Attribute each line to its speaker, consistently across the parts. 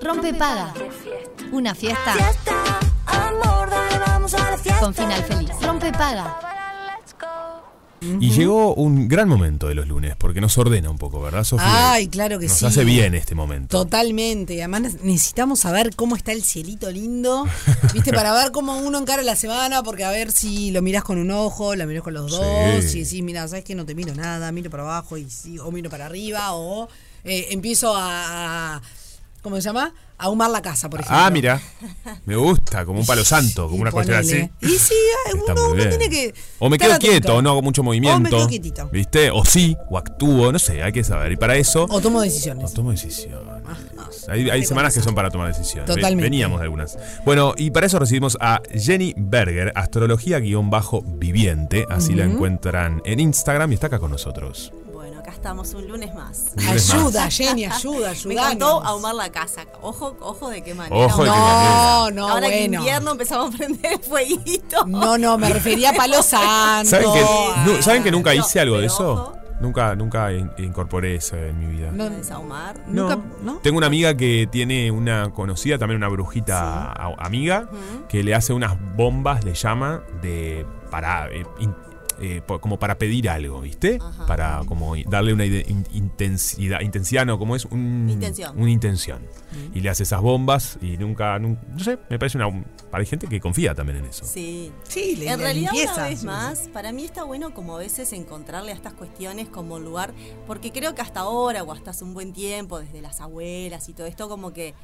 Speaker 1: Rompe Paga. Una fiesta
Speaker 2: Fiesta, amor, dale, vamos a la fiesta.
Speaker 1: con final feliz. Rompe Paga.
Speaker 3: Y llegó un gran momento de los lunes, porque nos ordena un poco, ¿verdad, Sofía?
Speaker 4: Ay, claro que
Speaker 3: nos
Speaker 4: sí.
Speaker 3: hace bien este momento.
Speaker 4: Totalmente. Además necesitamos saber cómo está el cielito lindo, ¿viste? Para ver cómo uno encara la semana, porque a ver si lo miras con un ojo, la miras con los dos,
Speaker 3: Sí.
Speaker 4: si decís, mira, ¿sabes que No te miro nada, miro para abajo y sí, o miro para arriba, o eh, empiezo a, a- ¿cómo se llama? A ahumar la casa, por ejemplo.
Speaker 3: ah, mira. Me gusta, como un palo santo, como
Speaker 4: Y
Speaker 3: una cuestión así.
Speaker 4: ponele. Y sí, ay,
Speaker 3: Está
Speaker 4: uno,
Speaker 3: muy
Speaker 4: uno
Speaker 3: bien.
Speaker 4: tiene que.
Speaker 3: O me
Speaker 4: estar
Speaker 3: quedo
Speaker 4: atento.
Speaker 3: quieto, o no hago mucho movimiento.
Speaker 4: quedo quietito.
Speaker 3: ¿Viste? O sí, o actúo, no sé, hay que saber. Y para eso.
Speaker 4: O tomo
Speaker 3: No
Speaker 4: decisiones.
Speaker 3: tomo decisiones. Hay, hay semanas que son para tomar decisiones. Ve-
Speaker 4: Totalmente.
Speaker 3: Veníamos de algunas. Bueno, y para eso recibimos a Jenny Berger, astrología-viviente. Así la encuentran en Instagram y está acá con nosotros.
Speaker 5: Bueno, acá estamos un lunes más.
Speaker 3: Es más,
Speaker 4: Ayuda, Jenny, ayuda,
Speaker 5: Me
Speaker 4: ayuda.
Speaker 5: encantó ahumar la casa. Ojo, ojo de qué manera.
Speaker 3: Ojo de qué
Speaker 4: No, no,
Speaker 5: Ahora que
Speaker 4: bueno.
Speaker 5: invierno empezamos a prender el fueguito.
Speaker 4: No, no, me refería a Palo Santo.
Speaker 3: ¿Saben, que,
Speaker 4: a-
Speaker 3: nu- ¿Saben que nunca
Speaker 5: Pero-
Speaker 3: hice algo de
Speaker 5: pero
Speaker 3: eso?
Speaker 5: ojo.
Speaker 3: Nunca, nunca in- incorporé eso en mi vida.
Speaker 4: No,
Speaker 5: Desahumar.
Speaker 4: nunca,
Speaker 3: No.
Speaker 4: ¿no?
Speaker 3: Tengo una amiga que tiene una conocida, también una brujita a- amiga, que le hace unas bombas, le llama, de para eh, in- eh, po- como para pedir algo, ¿viste? Para como i- darle una ide- in- intensidad, intensidad no, como es un,
Speaker 5: Intención.
Speaker 3: una intención. Y le hace esas bombas y nunca, nun- no sé, me parece una hay gente que confía también en eso.
Speaker 5: Sí.
Speaker 4: Sí, le-
Speaker 5: en
Speaker 4: le
Speaker 5: realidad
Speaker 4: limpieza.
Speaker 5: una vez más, para mí está bueno como a veces encontrarle a estas cuestiones como lugar, porque creo que hasta ahora o hasta hace un buen tiempo, desde las abuelas y todo esto como que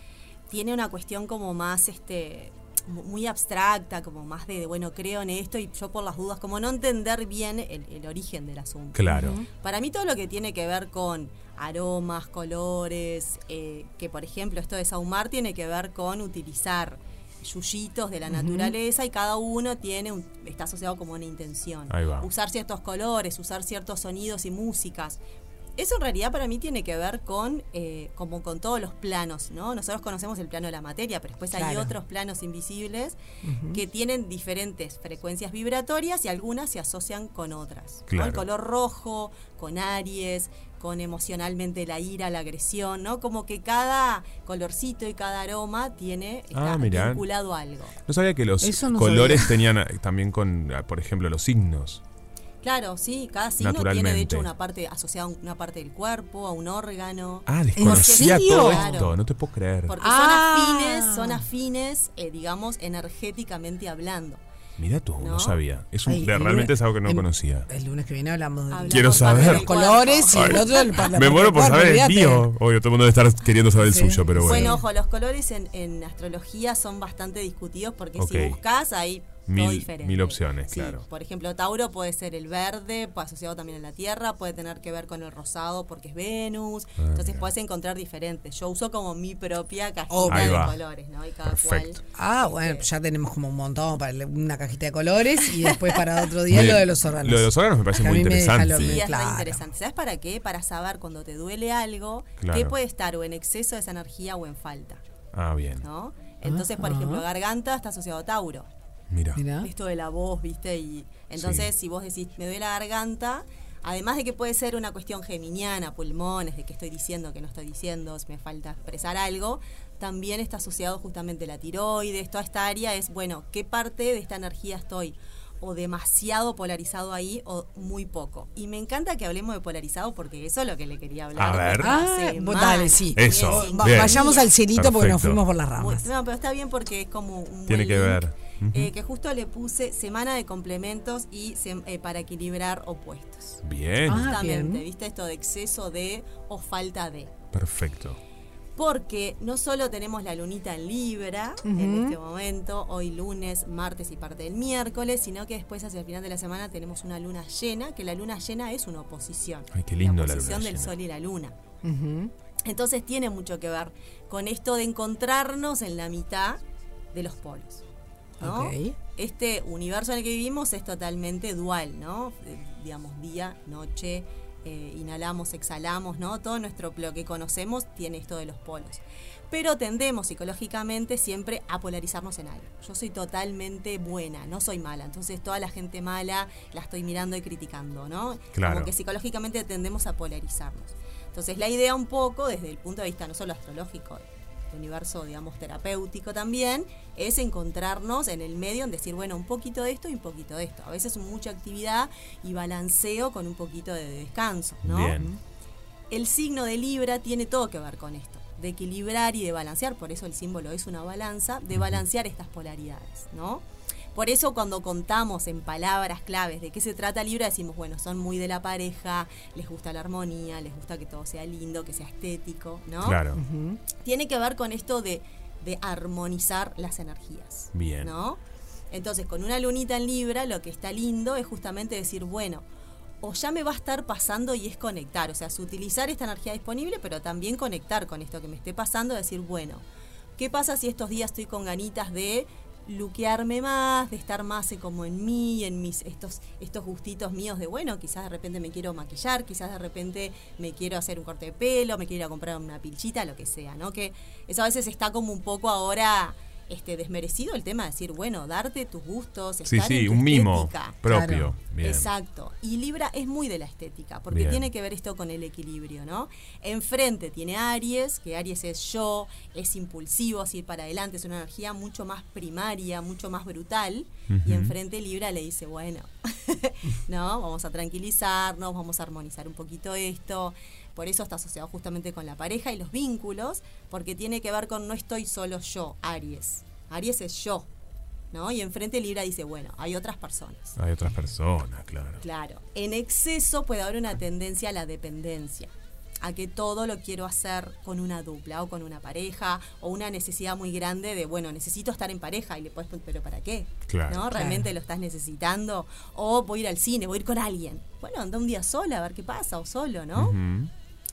Speaker 5: tiene una cuestión como más este mu- muy abstracta, como más de, de, bueno, creo en esto y yo por las dudas, como no entender bien el, el origen del asunto.
Speaker 3: Claro.
Speaker 5: Para mí todo lo que tiene que ver con aromas, colores, eh, que por ejemplo esto de saumar tiene que ver con utilizar yuyitos de la naturaleza y cada uno tiene un- está asociado como una intención.
Speaker 3: Ahí va.
Speaker 5: Usar ciertos colores, usar ciertos sonidos y músicas. Eso en realidad para mí tiene que ver con eh, como con todos los planos, ¿no? Nosotros conocemos el plano de la materia, pero después hay
Speaker 4: Claro.
Speaker 5: otros planos invisibles que tienen diferentes frecuencias vibratorias y algunas se asocian con otras. ¿no?
Speaker 3: Claro.
Speaker 5: El color rojo, con Aries, con emocionalmente la ira, la agresión, ¿no? Como que cada colorcito y cada aroma tiene está
Speaker 3: Ah, mirá.
Speaker 5: vinculado a algo.
Speaker 3: No sabía que los
Speaker 4: Eso no
Speaker 3: colores tenían eh, también con, ah, por ejemplo, los signos.
Speaker 5: Claro, sí, cada signo tiene de
Speaker 3: Naturalmente.
Speaker 5: hecho una parte asociada a una parte del cuerpo, a un órgano.
Speaker 3: Ah, desconocía
Speaker 4: serio?
Speaker 3: todo
Speaker 5: Claro.
Speaker 3: esto, no te puedo creer.
Speaker 5: Porque
Speaker 4: Ah.
Speaker 5: son afines, son afines, eh, digamos, energéticamente hablando.
Speaker 3: Mira tú, no,
Speaker 5: ¿No?
Speaker 3: sabía. Es un-
Speaker 4: Ay,
Speaker 3: de-
Speaker 4: el
Speaker 3: realmente
Speaker 4: lunes-
Speaker 3: es algo que no
Speaker 4: el-
Speaker 3: conocía.
Speaker 4: El lunes que viene hablamos de
Speaker 5: Hablamos
Speaker 3: Quiero
Speaker 5: parte del
Speaker 3: saber.
Speaker 4: los colores y
Speaker 5: cuerpo.
Speaker 4: el otro el para-
Speaker 3: Me muero por
Speaker 4: para-
Speaker 3: saber el
Speaker 4: olvídate.
Speaker 3: mío. Obvio, todo el mundo debe estar queriendo saber el
Speaker 4: Sí.
Speaker 3: suyo, pero
Speaker 5: Bueno,
Speaker 3: bueno.
Speaker 5: ojo, los colores en, en astrología son bastante discutidos porque
Speaker 3: Ok.
Speaker 5: si buscas hay
Speaker 3: Mil-
Speaker 5: todo diferente.
Speaker 3: mil opciones,
Speaker 5: Sí,
Speaker 3: claro.
Speaker 5: Por ejemplo, Tauro puede ser el verde, pues, asociado también a la tierra, puede tener que ver con el rosado porque es Venus.
Speaker 3: Ah,
Speaker 5: Entonces puedes encontrar diferentes. Yo uso como mi propia
Speaker 4: Obvio.
Speaker 5: cajita
Speaker 3: Ahí
Speaker 5: de
Speaker 3: va.
Speaker 5: colores, ¿no? Y cada
Speaker 3: Perfecto.
Speaker 5: cual.
Speaker 4: Ah, bueno, pues ya tenemos como un montón para le- una cajita de colores y después para otro día
Speaker 3: Me-
Speaker 4: lo de los órganos.
Speaker 3: lo de los órganos me parece
Speaker 4: Que a
Speaker 3: muy
Speaker 4: mí me deja
Speaker 3: interesante.
Speaker 4: lo-
Speaker 5: Sí, es re
Speaker 4: claro.
Speaker 5: interesante. ¿Sabes para qué? Para saber cuando te duele algo, qué
Speaker 3: Claro.
Speaker 5: puede estar o en exceso de esa energía o en falta,
Speaker 3: Ah, bien.
Speaker 5: ¿no? Entonces, por ejemplo, garganta está asociado a Tauro.
Speaker 3: Mira.
Speaker 4: Mirá.
Speaker 5: esto de la voz, ¿viste? Y entonces, si vos decís, me duele la garganta, además de que puede ser una cuestión geminiana, pulmones, de que estoy diciendo, que no estoy diciendo, si me falta expresar algo, también está asociado justamente la tiroides, toda esta área es, bueno, ¿qué parte de esta energía estoy? O demasiado polarizado ahí o muy poco. Y me encanta que hablemos de polarizado porque eso es lo que le quería hablar.
Speaker 3: A ver.
Speaker 5: esta
Speaker 4: Ah, vos
Speaker 5: semana.
Speaker 4: dale, sí.
Speaker 3: Eso,
Speaker 5: Bien,
Speaker 4: Va-
Speaker 3: Bien.
Speaker 4: Vayamos al cielito porque nos
Speaker 3: Perfecto.
Speaker 4: fuimos por las
Speaker 5: muy-
Speaker 4: ramas.
Speaker 5: no, pero está bien porque es como un
Speaker 3: Tiene
Speaker 5: buen
Speaker 3: que
Speaker 5: link,
Speaker 3: ver.
Speaker 5: eh, que justo le puse semana de complementos y sem- eh, para equilibrar opuestos.
Speaker 3: Bien.
Speaker 4: Ah.
Speaker 5: Justamente,
Speaker 4: bien.
Speaker 5: ¿viste esto de exceso de o falta de?
Speaker 3: Perfecto.
Speaker 5: Porque no solo tenemos la lunita en Libra en este momento, hoy lunes, martes y parte del miércoles, sino que después hacia el final de la semana tenemos una luna llena, que la luna llena es una oposición.
Speaker 3: Ay, qué lindo la luna
Speaker 5: oposición del
Speaker 3: llena.
Speaker 5: sol y la luna. Entonces tiene mucho que ver con esto de encontrarnos en la mitad de los polos. ¿no?
Speaker 4: Ok.
Speaker 5: Este universo en el que vivimos es totalmente dual, ¿no? Eh, digamos, día, noche, eh, inhalamos, exhalamos, ¿no? Todo nuestro lo que conocemos tiene esto de los polos. Pero tendemos psicológicamente siempre a polarizarnos en algo. Yo soy totalmente buena, no soy mala. Entonces toda la gente mala la estoy mirando y criticando, ¿no?
Speaker 3: Claro.
Speaker 5: Como que psicológicamente tendemos a polarizarnos. Entonces la idea un poco desde el punto de vista no solo astrológico, el universo, digamos, terapéutico también, es encontrarnos en el medio en decir, bueno, un poquito de esto y un poquito de esto. A veces mucha actividad y balanceo con un poquito de descanso, ¿no?
Speaker 3: Bien.
Speaker 5: El signo de Libra tiene todo que ver con esto, de equilibrar y de balancear, por eso el símbolo es una balanza, de balancear estas polaridades, ¿no? Por eso cuando contamos en palabras claves de qué se trata Libra, decimos, bueno, son muy de la pareja, les gusta la armonía, les gusta que todo sea lindo, que sea estético, ¿no?
Speaker 3: Claro.
Speaker 5: tiene que ver con esto de, de armonizar las energías.
Speaker 3: Bien.
Speaker 5: ¿No? Entonces, con una lunita en Libra, lo que está lindo es justamente decir, bueno, o ya me va a estar pasando y es conectar, o sea, es utilizar esta energía disponible, pero también conectar con esto que me esté pasando, decir, bueno, ¿qué pasa si estos días estoy con ganitas de luquearme más, de estar más eh, como en mí, en mis estos estos gustitos míos de bueno, quizás de repente me quiero maquillar, quizás de repente me quiero hacer un corte de pelo, me quiero ir a comprar una pilchita, lo que sea, ¿no? Que eso a veces está como un poco ahora este desmerecido el tema de decir, bueno, darte tus gustos,
Speaker 3: Sí,
Speaker 5: estar en
Speaker 3: sí,
Speaker 5: tu
Speaker 3: un mimo
Speaker 5: estética.
Speaker 4: Claro.
Speaker 3: propio. Bien.
Speaker 5: Exacto. Y Libra es muy de la estética, porque
Speaker 3: Bien.
Speaker 5: tiene que ver esto con el equilibrio, ¿no? Enfrente tiene Aries, que Aries es yo, es impulsivo, es ir para adelante, es una energía mucho más primaria, mucho más brutal. Y enfrente Libra le dice, bueno, ¿no? Vamos a tranquilizarnos, vamos a armonizar un poquito esto. Por eso está asociado justamente con la pareja y los vínculos, porque tiene que ver con no estoy solo yo, Aries. Aries es yo, ¿no? Y enfrente Libra dice, bueno, hay otras personas.
Speaker 3: Hay otras personas, claro.
Speaker 5: Claro, en exceso puede haber una tendencia a la dependencia, a que todo lo quiero hacer con una dupla o con una pareja o una necesidad muy grande de, bueno, necesito estar en pareja y le puedes, pero ¿para qué?
Speaker 3: Claro.
Speaker 5: ¿No? ¿Realmente lo estás necesitando? O voy a ir al cine, voy a ir con alguien. Bueno, anda un día sola a ver qué pasa o solo, ¿no?
Speaker 3: Ujú.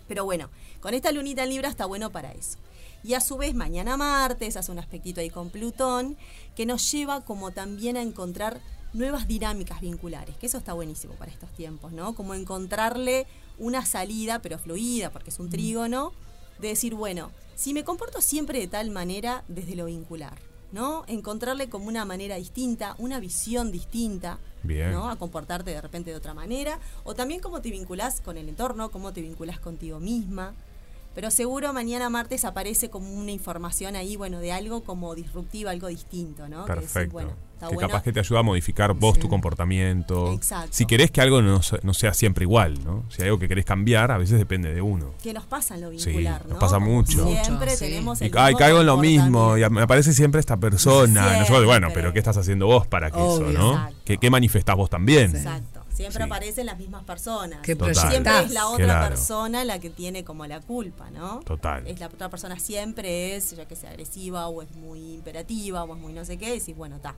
Speaker 5: Pero bueno, con esta lunita en Libra está bueno para eso. Y a su vez, mañana martes hace un aspectito ahí con Plutón, que nos lleva como también a encontrar nuevas dinámicas vinculares, que eso está buenísimo para estos tiempos, ¿no? Como encontrarle una salida, pero fluida, porque es un trígono, de decir, bueno, si me comporto siempre de tal manera desde lo vincular, ¿no? Encontrarle como una manera distinta, una visión distinta,
Speaker 3: Bien.
Speaker 5: ¿no? a comportarte de repente de otra manera, o también cómo te vinculás con el entorno, cómo te vinculás contigo misma. Pero seguro mañana martes aparece como una información ahí, bueno, de algo como disruptivo, algo distinto, ¿no? Que decís,
Speaker 3: Perfecto.
Speaker 5: bueno, está
Speaker 3: que
Speaker 5: bueno.
Speaker 3: capaz que te ayuda a modificar vos tu comportamiento.
Speaker 5: Exacto.
Speaker 3: Si querés que algo no, se- no sea siempre igual, ¿no? Si hay algo que querés cambiar, a veces depende de uno.
Speaker 5: que nos pasa en lo
Speaker 3: Sí,
Speaker 5: vincular,
Speaker 3: nos
Speaker 5: ¿no?
Speaker 3: pasa
Speaker 5: Como
Speaker 3: mucho.
Speaker 5: Siempre
Speaker 4: Mucho, sí.
Speaker 5: tenemos
Speaker 3: Y
Speaker 5: el
Speaker 3: ay,
Speaker 5: mismo
Speaker 3: caigo en lo mismo,
Speaker 5: comportamiento.
Speaker 3: y a- me aparece siempre esta persona. Nosotros, bueno,
Speaker 5: Siempre.
Speaker 3: pero ¿qué estás haciendo vos para que
Speaker 4: Obvio.
Speaker 3: eso, no?
Speaker 5: Exacto.
Speaker 3: ¿Qué, qué manifestás vos también?
Speaker 5: Exacto. Siempre
Speaker 3: Sí.
Speaker 5: aparecen las mismas personas.
Speaker 4: Que
Speaker 3: Total.
Speaker 5: Siempre
Speaker 4: proyectás.
Speaker 5: es la otra
Speaker 3: Claro.
Speaker 5: persona la que tiene como la culpa, ¿no?
Speaker 3: Total.
Speaker 5: Es la otra persona siempre es, ya que sea agresiva o es muy imperativa o es muy no sé qué, y decís, bueno, está.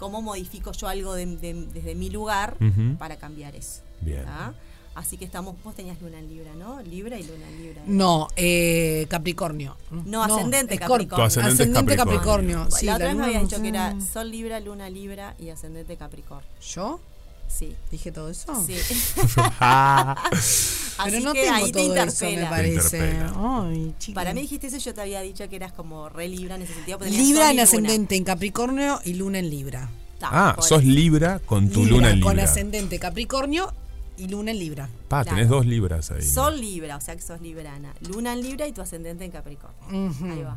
Speaker 5: ¿Cómo modifico yo algo de- de- desde mi lugar
Speaker 3: Ujú.
Speaker 5: para cambiar eso?
Speaker 3: Bien.
Speaker 5: ¿tá? Así que estamos, vos tenías luna en Libra, ¿no? Libra y luna en Libra. ¿eh?
Speaker 4: No, eh, Capricornio.
Speaker 5: No, ascendente
Speaker 4: Escorpio.
Speaker 5: Capricornio. Tu
Speaker 3: ascendente es
Speaker 4: Ascendente
Speaker 3: Capricornio.
Speaker 4: Capricornio.
Speaker 5: Bueno,
Speaker 4: sí,
Speaker 5: la otra vez me
Speaker 4: luna
Speaker 5: habías dicho
Speaker 4: no
Speaker 5: que era
Speaker 4: sé.
Speaker 5: Sol Libra, Luna Libra y Ascendente Capricornio.
Speaker 4: ¿Yo?
Speaker 5: Sí,
Speaker 4: ¿Dije todo eso?
Speaker 5: sí.
Speaker 3: Ah,
Speaker 5: Así
Speaker 4: Oh. Pero no
Speaker 5: que
Speaker 4: tengo
Speaker 5: ahí te
Speaker 4: todo eso, me
Speaker 5: interpela.
Speaker 4: parece. ¿eh?
Speaker 3: interpela.
Speaker 4: Ay, chica.
Speaker 5: Para mí dijiste eso, yo te había dicho que eras como re Libra en ese sentido. porque tenías
Speaker 4: Libra
Speaker 5: Sol y
Speaker 4: en
Speaker 5: Luna.
Speaker 4: ascendente, en Capricornio y Luna en Libra.
Speaker 5: Ta,
Speaker 3: ah,
Speaker 5: por
Speaker 3: sos
Speaker 5: eso.
Speaker 3: Libra con tu
Speaker 4: Libra,
Speaker 3: luna en Libra.
Speaker 4: Con ascendente Capricornio y Luna en Libra.
Speaker 3: Pa, tenés
Speaker 5: Claro.
Speaker 3: dos Libras ahí.
Speaker 5: Sol Libra, o sea que sos librana. Luna en Libra y tu ascendente en Capricornio. Ahí va.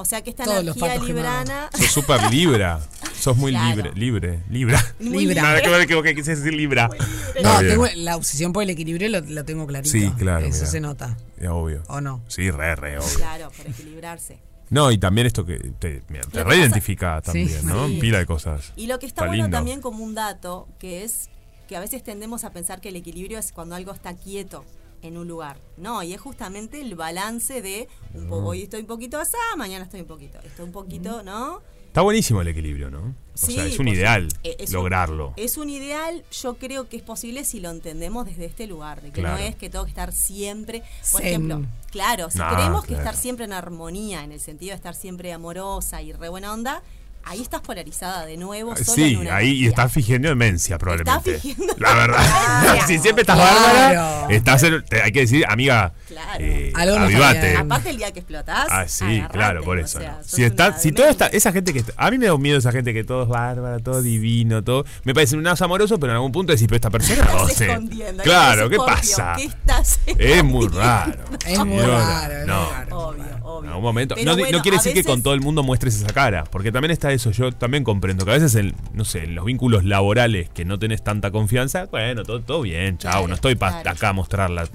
Speaker 5: O sea que esta
Speaker 4: Todos los
Speaker 5: energía
Speaker 4: patos quemados.
Speaker 5: librana.
Speaker 3: Sos súper Libra. Sos muy
Speaker 5: Claro.
Speaker 3: libre, libre, Libra.
Speaker 5: Muy
Speaker 4: Libra.
Speaker 3: Nada que ver que vos que quisiste decir Libra.
Speaker 4: No,
Speaker 3: Está bien.
Speaker 4: tengo la obsesión por el equilibrio lo, la tengo clarito.
Speaker 3: Sí, claro,
Speaker 4: Eso
Speaker 3: mira.
Speaker 4: se nota.
Speaker 3: Eh, Obvio.
Speaker 5: Ah.
Speaker 4: ¿O no?
Speaker 3: Sí, re, re, obvio.
Speaker 5: Claro, para equilibrarse.
Speaker 3: No, y también esto que te, mira, te
Speaker 5: que
Speaker 3: reidentifica
Speaker 4: pasa-
Speaker 3: también,
Speaker 4: Sí.
Speaker 3: ¿no?
Speaker 5: Sí.
Speaker 3: Pila de cosas.
Speaker 5: Y lo que está,
Speaker 3: Está
Speaker 5: bueno
Speaker 3: lindo.
Speaker 5: también como un dato, que es que a veces tendemos a pensar que el equilibrio es cuando algo está quieto en un lugar. No, y es justamente el balance de un poco hoy estoy un poquito asá, mañana estoy un poquito, estoy un poquito, ¿no?
Speaker 3: Está buenísimo el equilibrio, ¿no? O
Speaker 5: Sí,
Speaker 3: sea, es un
Speaker 5: por
Speaker 3: ideal
Speaker 5: supuesto. Eh, es un-
Speaker 3: lograrlo.
Speaker 5: es un ideal, yo creo que es posible si lo entendemos desde este lugar, de que
Speaker 3: Claro.
Speaker 5: no es que tengo que estar siempre, por
Speaker 4: Zen.
Speaker 5: ejemplo, claro, si
Speaker 3: Nah,
Speaker 5: creemos que
Speaker 3: claro.
Speaker 5: estar siempre en armonía, en el sentido de estar siempre amorosa y re buena onda, ahí estás polarizada de nuevo. Solo
Speaker 3: Ah, sí,
Speaker 5: en una
Speaker 3: ahí y
Speaker 5: energía.
Speaker 3: estás fingiendo demencia probablemente.
Speaker 5: fingiendo
Speaker 3: La verdad.
Speaker 5: demencia.
Speaker 3: si siempre estás
Speaker 4: Claro.
Speaker 3: bárbara, estás en- te- hay que decir, amiga,
Speaker 5: Claro.
Speaker 3: eh,
Speaker 4: Algo no
Speaker 3: avivate.
Speaker 4: está bien.
Speaker 5: Aparte el día que explotás.
Speaker 3: Ah, sí,
Speaker 5: agarrate,
Speaker 3: claro, por
Speaker 5: o
Speaker 3: eso.
Speaker 5: sea,
Speaker 3: ¿no?
Speaker 5: sos
Speaker 3: Si está,
Speaker 5: una
Speaker 3: si toda esta,
Speaker 5: demente.
Speaker 3: esa gente que está- a mí me da un miedo esa gente que todo es bárbara, todo divino, todo, me parecen unos amorosos, pero en algún punto decís, pero esta persona,
Speaker 5: Estás
Speaker 3: o sea,
Speaker 5: escondiendo,
Speaker 3: claro,
Speaker 5: ¿qué
Speaker 3: ¿qué
Speaker 5: estás,
Speaker 3: pasa? Eh,
Speaker 5: Scorpio? ¿Qué estás
Speaker 3: Es
Speaker 5: escondiendo?
Speaker 3: muy raro.
Speaker 4: Es muy
Speaker 3: señora,
Speaker 4: raro, es muy
Speaker 3: no.
Speaker 4: raro.
Speaker 5: Obvio, obvio. obvio.
Speaker 3: En algún momento.
Speaker 5: Pero
Speaker 3: No, di- no
Speaker 5: bueno,
Speaker 3: quiere
Speaker 5: a
Speaker 3: decir que
Speaker 5: veces-
Speaker 3: con todo el mundo muestres esa cara, porque también está eso. Yo también comprendo que a veces, en, no sé, en los vínculos laborales que no tenés tanta confianza, bueno, todo, todo bien, chao,
Speaker 5: Claro,
Speaker 3: no estoy para
Speaker 5: claro.
Speaker 3: acá a mostrar la,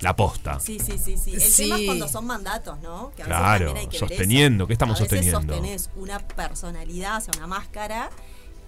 Speaker 3: la posta.
Speaker 5: Sí, sí, sí, sí. El tema
Speaker 4: Sí.
Speaker 5: es cuando son mandatos, ¿no? Que a veces
Speaker 3: Claro,
Speaker 5: también hay que ver
Speaker 3: sosteniendo,
Speaker 5: eso.
Speaker 3: ¿qué estamos
Speaker 5: a veces
Speaker 3: sosteniendo?
Speaker 5: sostenés una personalidad, o sea, una máscara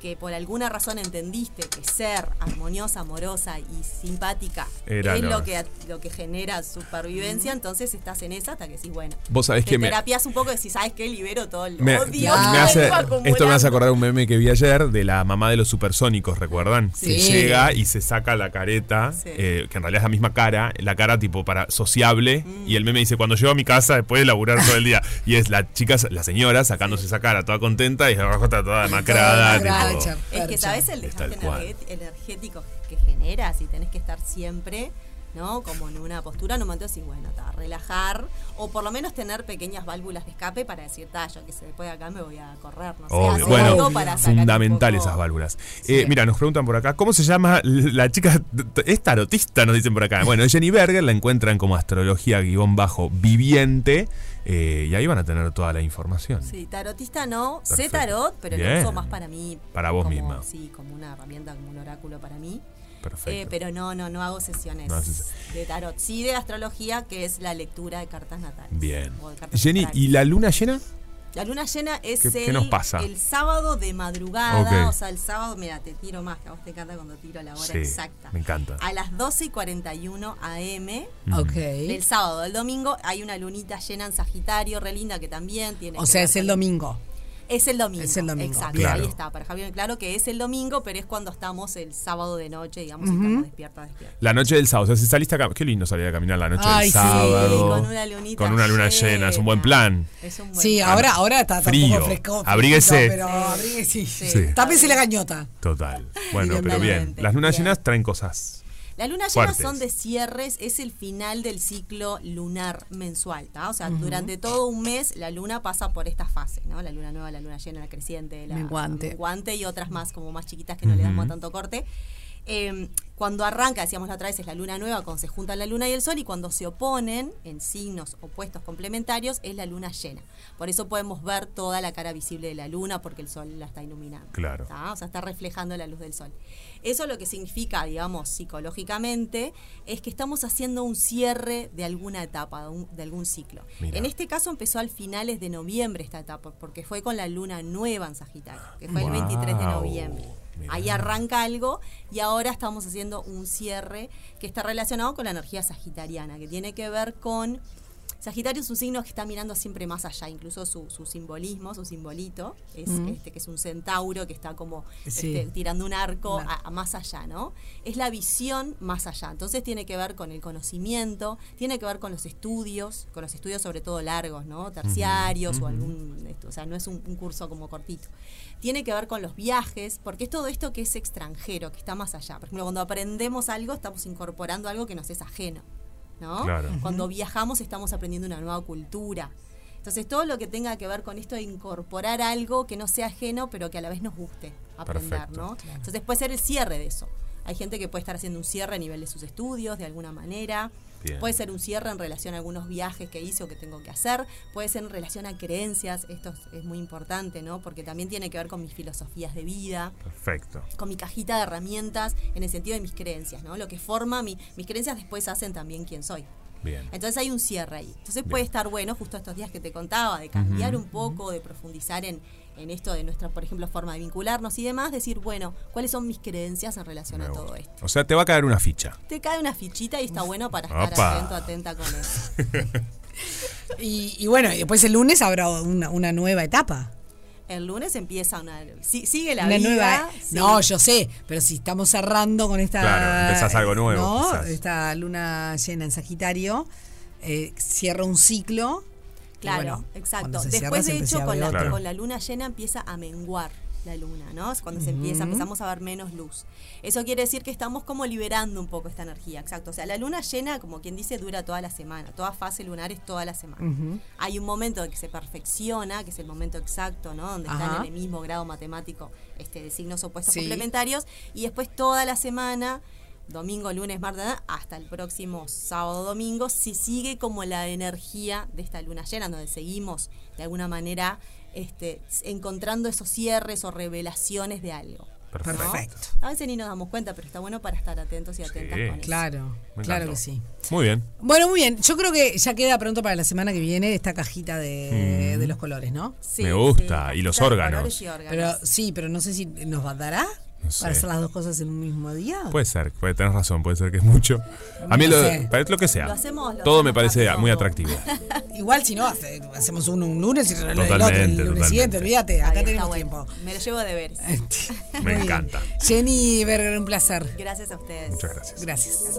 Speaker 5: que por alguna razón entendiste que ser armoniosa, amorosa y simpática
Speaker 3: Era
Speaker 5: es
Speaker 3: lo-
Speaker 5: lo, que lo que genera supervivencia, entonces estás en esa hasta que decís, bueno,
Speaker 3: Vos sabés
Speaker 5: te
Speaker 3: que me-
Speaker 5: terapias un poco y decís, ¿sabes qué? Libero todo el
Speaker 3: Me-
Speaker 5: odio.
Speaker 3: me
Speaker 5: que
Speaker 3: hace-
Speaker 5: vengo
Speaker 3: esto me hace
Speaker 5: acumulando".
Speaker 3: acordar un meme que vi ayer de la mamá de los supersónicos, ¿recuerdan?
Speaker 4: Sí.
Speaker 3: Que llega y se saca la careta,
Speaker 5: Sí.
Speaker 3: eh, que en realidad es la misma cara, la cara tipo para sociable,
Speaker 4: Mm.
Speaker 3: y el meme dice, cuando llego a mi casa después de laburar todo el día, y es la chica, la señora sacándose esa cara toda contenta y abajo está toda demacrada. tipo.
Speaker 4: demacrada, chao.
Speaker 5: Es que
Speaker 4: Percha.
Speaker 5: sabes el
Speaker 3: Es tal
Speaker 5: desgaste
Speaker 3: cual.
Speaker 5: energet- energético que generas y tenés que estar siempre, ¿no? Como en una postura, en un momento decís, bueno, ta, relajar, o por lo menos tener pequeñas válvulas de escape para decir, ta, yo que sé, después de acá me voy a correr, no sé,
Speaker 3: Obvio.
Speaker 5: hacer
Speaker 3: Bueno,
Speaker 5: algo para sacar un
Speaker 3: fundamental
Speaker 5: poco-
Speaker 3: esas válvulas. Eh, mira, nos preguntan por acá, ¿cómo se llama la chica? Es tarotista, nos dicen por acá. Bueno, Jenny Berger la encuentran como astrología-viviente eh, y ahí van a tener toda la información.
Speaker 5: Sí, tarotista no, sé
Speaker 3: Perfecto.
Speaker 5: tarot, pero
Speaker 3: Bien.
Speaker 5: lo uso más para mí.
Speaker 3: Para vos
Speaker 5: como-
Speaker 3: misma.
Speaker 5: Sí, como una herramienta, como un oráculo para mí.
Speaker 3: Perfecto.
Speaker 5: Eh, pero no, no, no hago sesiones
Speaker 3: No haces sesiones.
Speaker 5: de tarot. Sí de astrología, que es la lectura de cartas natales.
Speaker 3: Bien.
Speaker 5: o de cartas
Speaker 3: Jenny,
Speaker 5: astrales.
Speaker 3: ¿y la luna llena?
Speaker 5: La luna llena es
Speaker 3: ¿Qué-
Speaker 5: el,
Speaker 3: qué nos pasa?
Speaker 5: el sábado de madrugada,
Speaker 3: Ok.
Speaker 5: o sea, el sábado, mira, te tiro más, que a vos te encanta cuando tiro la hora
Speaker 3: Sí,
Speaker 5: exacta.
Speaker 3: me encanta.
Speaker 5: A las 12 y 41 am del
Speaker 4: Ok.
Speaker 5: sábado al domingo hay una lunita llena en Sagitario, re linda que también tiene.
Speaker 4: O
Speaker 5: que
Speaker 4: sea,
Speaker 5: ver
Speaker 4: es el
Speaker 5: con-
Speaker 4: domingo.
Speaker 5: Es el domingo.
Speaker 4: Es el domingo,
Speaker 5: Exacto,
Speaker 4: bien.
Speaker 5: ahí
Speaker 3: Claro.
Speaker 5: está, para Javier, claro que es el domingo, pero es cuando estamos el sábado de noche, digamos, y estamos despierta, despierta.
Speaker 3: La noche del sábado. O sea, si saliste a caminar. Qué lindo salir a caminar la noche
Speaker 4: Ay,
Speaker 3: del
Speaker 4: sí,
Speaker 3: sábado.
Speaker 5: con una lunita
Speaker 3: Con una luna llena. Es un buen plan.
Speaker 5: Es un buen
Speaker 4: Sí,
Speaker 5: plan.
Speaker 4: ahora, ahora está tampoco
Speaker 3: Frío.
Speaker 4: fresco.
Speaker 3: Abríguese.
Speaker 4: Pero abríguese.
Speaker 3: Sí.
Speaker 4: Tápese la gañota.
Speaker 3: Total. Bueno, pero bien.
Speaker 5: Evidentemente.
Speaker 3: Las lunas
Speaker 5: Bien.
Speaker 3: llenas traen cosas.
Speaker 5: Las lunas llenas
Speaker 3: Fuertes.
Speaker 5: son de cierres, es el final del ciclo lunar mensual, ¿tá? O sea, durante todo un mes la luna pasa por estas fases, ¿no? La luna nueva, la luna llena, la creciente, la
Speaker 4: Menguante.
Speaker 5: menguante y otras más, como más chiquitas que no le damos tanto corte. Eh, cuando arranca, decíamos la otra vez, es la luna nueva, cuando se juntan la luna y el sol, y cuando se oponen en signos opuestos complementarios, es la luna llena. Por eso podemos ver toda la cara visible de la luna, porque el sol la está iluminando.
Speaker 3: Claro.
Speaker 5: ¿tá? ¿tá? ¿ah? O sea, está reflejando la luz del sol. Eso lo que significa, digamos, psicológicamente, es que estamos haciendo un cierre de alguna etapa, de, un- de algún ciclo.
Speaker 3: Mirá.
Speaker 5: En este caso empezó al finales de noviembre esta etapa, porque fue con la luna nueva en Sagitario, que fue el 23 de
Speaker 3: Guau,
Speaker 5: noviembre.
Speaker 3: mirá.
Speaker 5: Ahí arranca algo y ahora estamos haciendo un cierre que está relacionado con la energía sagitariana, que tiene que ver con... Sagitario es un signo que está mirando siempre más allá, incluso su, su simbolismo, su simbolito, es este que es un centauro que está como
Speaker 4: Sí.
Speaker 5: este, tirando un arco
Speaker 4: Claro.
Speaker 5: a, a más allá, ¿no? Es la visión más allá. Entonces tiene que ver con el conocimiento, tiene que ver con los estudios, con los estudios sobre todo largos, ¿no? Terciarios o algún, esto, o sea, no es un, un curso como cortito. Tiene que ver con los viajes, porque es todo esto que es extranjero, que está más allá. Por ejemplo, cuando aprendemos algo, estamos incorporando algo que nos es ajeno, ¿no?
Speaker 3: Claro. Ujú.
Speaker 5: Cuando viajamos, estamos aprendiendo una nueva cultura. Entonces, todo lo que tenga que ver con esto de incorporar algo que no sea ajeno, pero que a la vez nos guste aprender,
Speaker 3: Perfecto.
Speaker 5: ¿no? Entonces puede ser el cierre de eso. Hay gente que puede estar haciendo un cierre a nivel de sus estudios, de alguna manera.
Speaker 3: Bien.
Speaker 5: Puede ser un cierre en relación a algunos viajes que hice o que tengo que hacer. Puede ser en relación a creencias. Esto es- es muy importante, ¿no? Porque también tiene que ver con mis filosofías de vida
Speaker 3: Perfecto.
Speaker 5: con mi cajita de herramientas en el sentido de mis creencias, ¿no? Lo que forma mi- mis creencias después hacen también quién soy.
Speaker 3: Bien.
Speaker 5: Entonces hay un cierre ahí. Entonces puede estar bueno, justo estos días que te contaba, de cambiar un poco, de profundizar en, en esto de nuestra, por ejemplo, forma de vincularnos y demás, decir, bueno, ¿cuáles son mis creencias en relación
Speaker 3: Me
Speaker 5: a
Speaker 3: gusta.
Speaker 5: todo esto?
Speaker 3: O sea, te va a caer una ficha.
Speaker 5: Te cae una fichita y está bueno para estar
Speaker 3: Opa.
Speaker 5: atento, atenta con eso.
Speaker 4: Y, y bueno, y después el lunes habrá una, una nueva etapa.
Speaker 5: El lunes empieza una... si- sigue la
Speaker 4: Una
Speaker 5: vida.
Speaker 4: nueva.
Speaker 5: sí.
Speaker 4: No, yo sé, pero si estamos cerrando con esta.
Speaker 3: Claro, empezás algo nuevo,
Speaker 4: ¿no?
Speaker 3: quizás.
Speaker 4: Esta luna llena en Sagitario eh, cierra un ciclo. y
Speaker 5: Claro,
Speaker 4: bueno,
Speaker 5: exacto.
Speaker 4: cuando se cierra,
Speaker 5: Después,
Speaker 4: se
Speaker 5: de
Speaker 4: empieza
Speaker 5: hecho,
Speaker 4: a
Speaker 5: con
Speaker 4: abrir
Speaker 5: la,
Speaker 4: otro.
Speaker 3: Claro.
Speaker 5: con la luna llena empieza a menguar la luna, ¿no? Es cuando se empieza, empezamos a ver menos luz. Eso quiere decir que estamos como liberando un poco esta energía, exacto. O sea, la luna llena, como quien dice, dura toda la semana. Toda fase lunar es toda la semana. Hay un momento que se perfecciona, que es el momento exacto, ¿no? Donde
Speaker 4: Ajá.
Speaker 5: están en el mismo grado matemático este, de signos opuestos
Speaker 4: Sí.
Speaker 5: complementarios. Y después toda la semana domingo, lunes, martes, hasta el próximo sábado, domingo, si sigue como la energía de esta luna llena, donde seguimos de alguna manera este, encontrando esos cierres o revelaciones de algo.
Speaker 3: Perfecto.
Speaker 5: ¿no?
Speaker 4: Perfecto.
Speaker 5: A veces ni nos damos cuenta, pero está bueno para estar atentos y atentas
Speaker 3: Sí.
Speaker 5: con eso.
Speaker 4: Claro,
Speaker 3: Me
Speaker 4: claro
Speaker 3: encantó.
Speaker 4: que sí.
Speaker 3: Muy bien.
Speaker 4: Bueno, muy bien. Yo creo que ya queda pronto para la semana que viene esta cajita de,
Speaker 3: Mm.
Speaker 4: de los colores, ¿no?
Speaker 5: Sí,
Speaker 3: Me gusta.
Speaker 5: sí.
Speaker 3: Y los
Speaker 5: Claro,
Speaker 3: órganos.
Speaker 5: colores y órganos.
Speaker 4: Pero sí, pero no sé si nos dará
Speaker 3: No sé. Pues-
Speaker 4: para hacer las dos cosas en un mismo día.
Speaker 3: Puede ser, puede, tenés razón, puede ser que es mucho. A mí
Speaker 4: No
Speaker 3: lo,
Speaker 4: sé.
Speaker 3: parece lo que sea.
Speaker 5: Lo hacemos, lo
Speaker 3: todo me
Speaker 5: hacemos
Speaker 3: parece
Speaker 5: rápido.
Speaker 3: muy atractivo.
Speaker 4: Igual si no, hace- hacemos uno un lunes y el otro el lunes
Speaker 3: Totalmente, totalmente.
Speaker 4: siguiente, olvídate,
Speaker 5: Ahí
Speaker 4: acá
Speaker 5: está
Speaker 4: tenemos
Speaker 5: bueno.
Speaker 4: tiempo.
Speaker 5: Me lo llevo de ver.
Speaker 4: Muy
Speaker 3: Me
Speaker 4: bien.
Speaker 3: encanta.
Speaker 4: Jenny Berger, un placer.
Speaker 5: Gracias a ustedes.
Speaker 3: Muchas gracias.
Speaker 4: Gracias.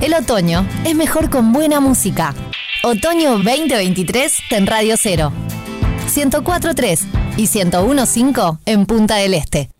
Speaker 1: El otoño es mejor con buena música. Otoño 2023 en Radio Cero. 104.3 y 101.5 en Punta del Este.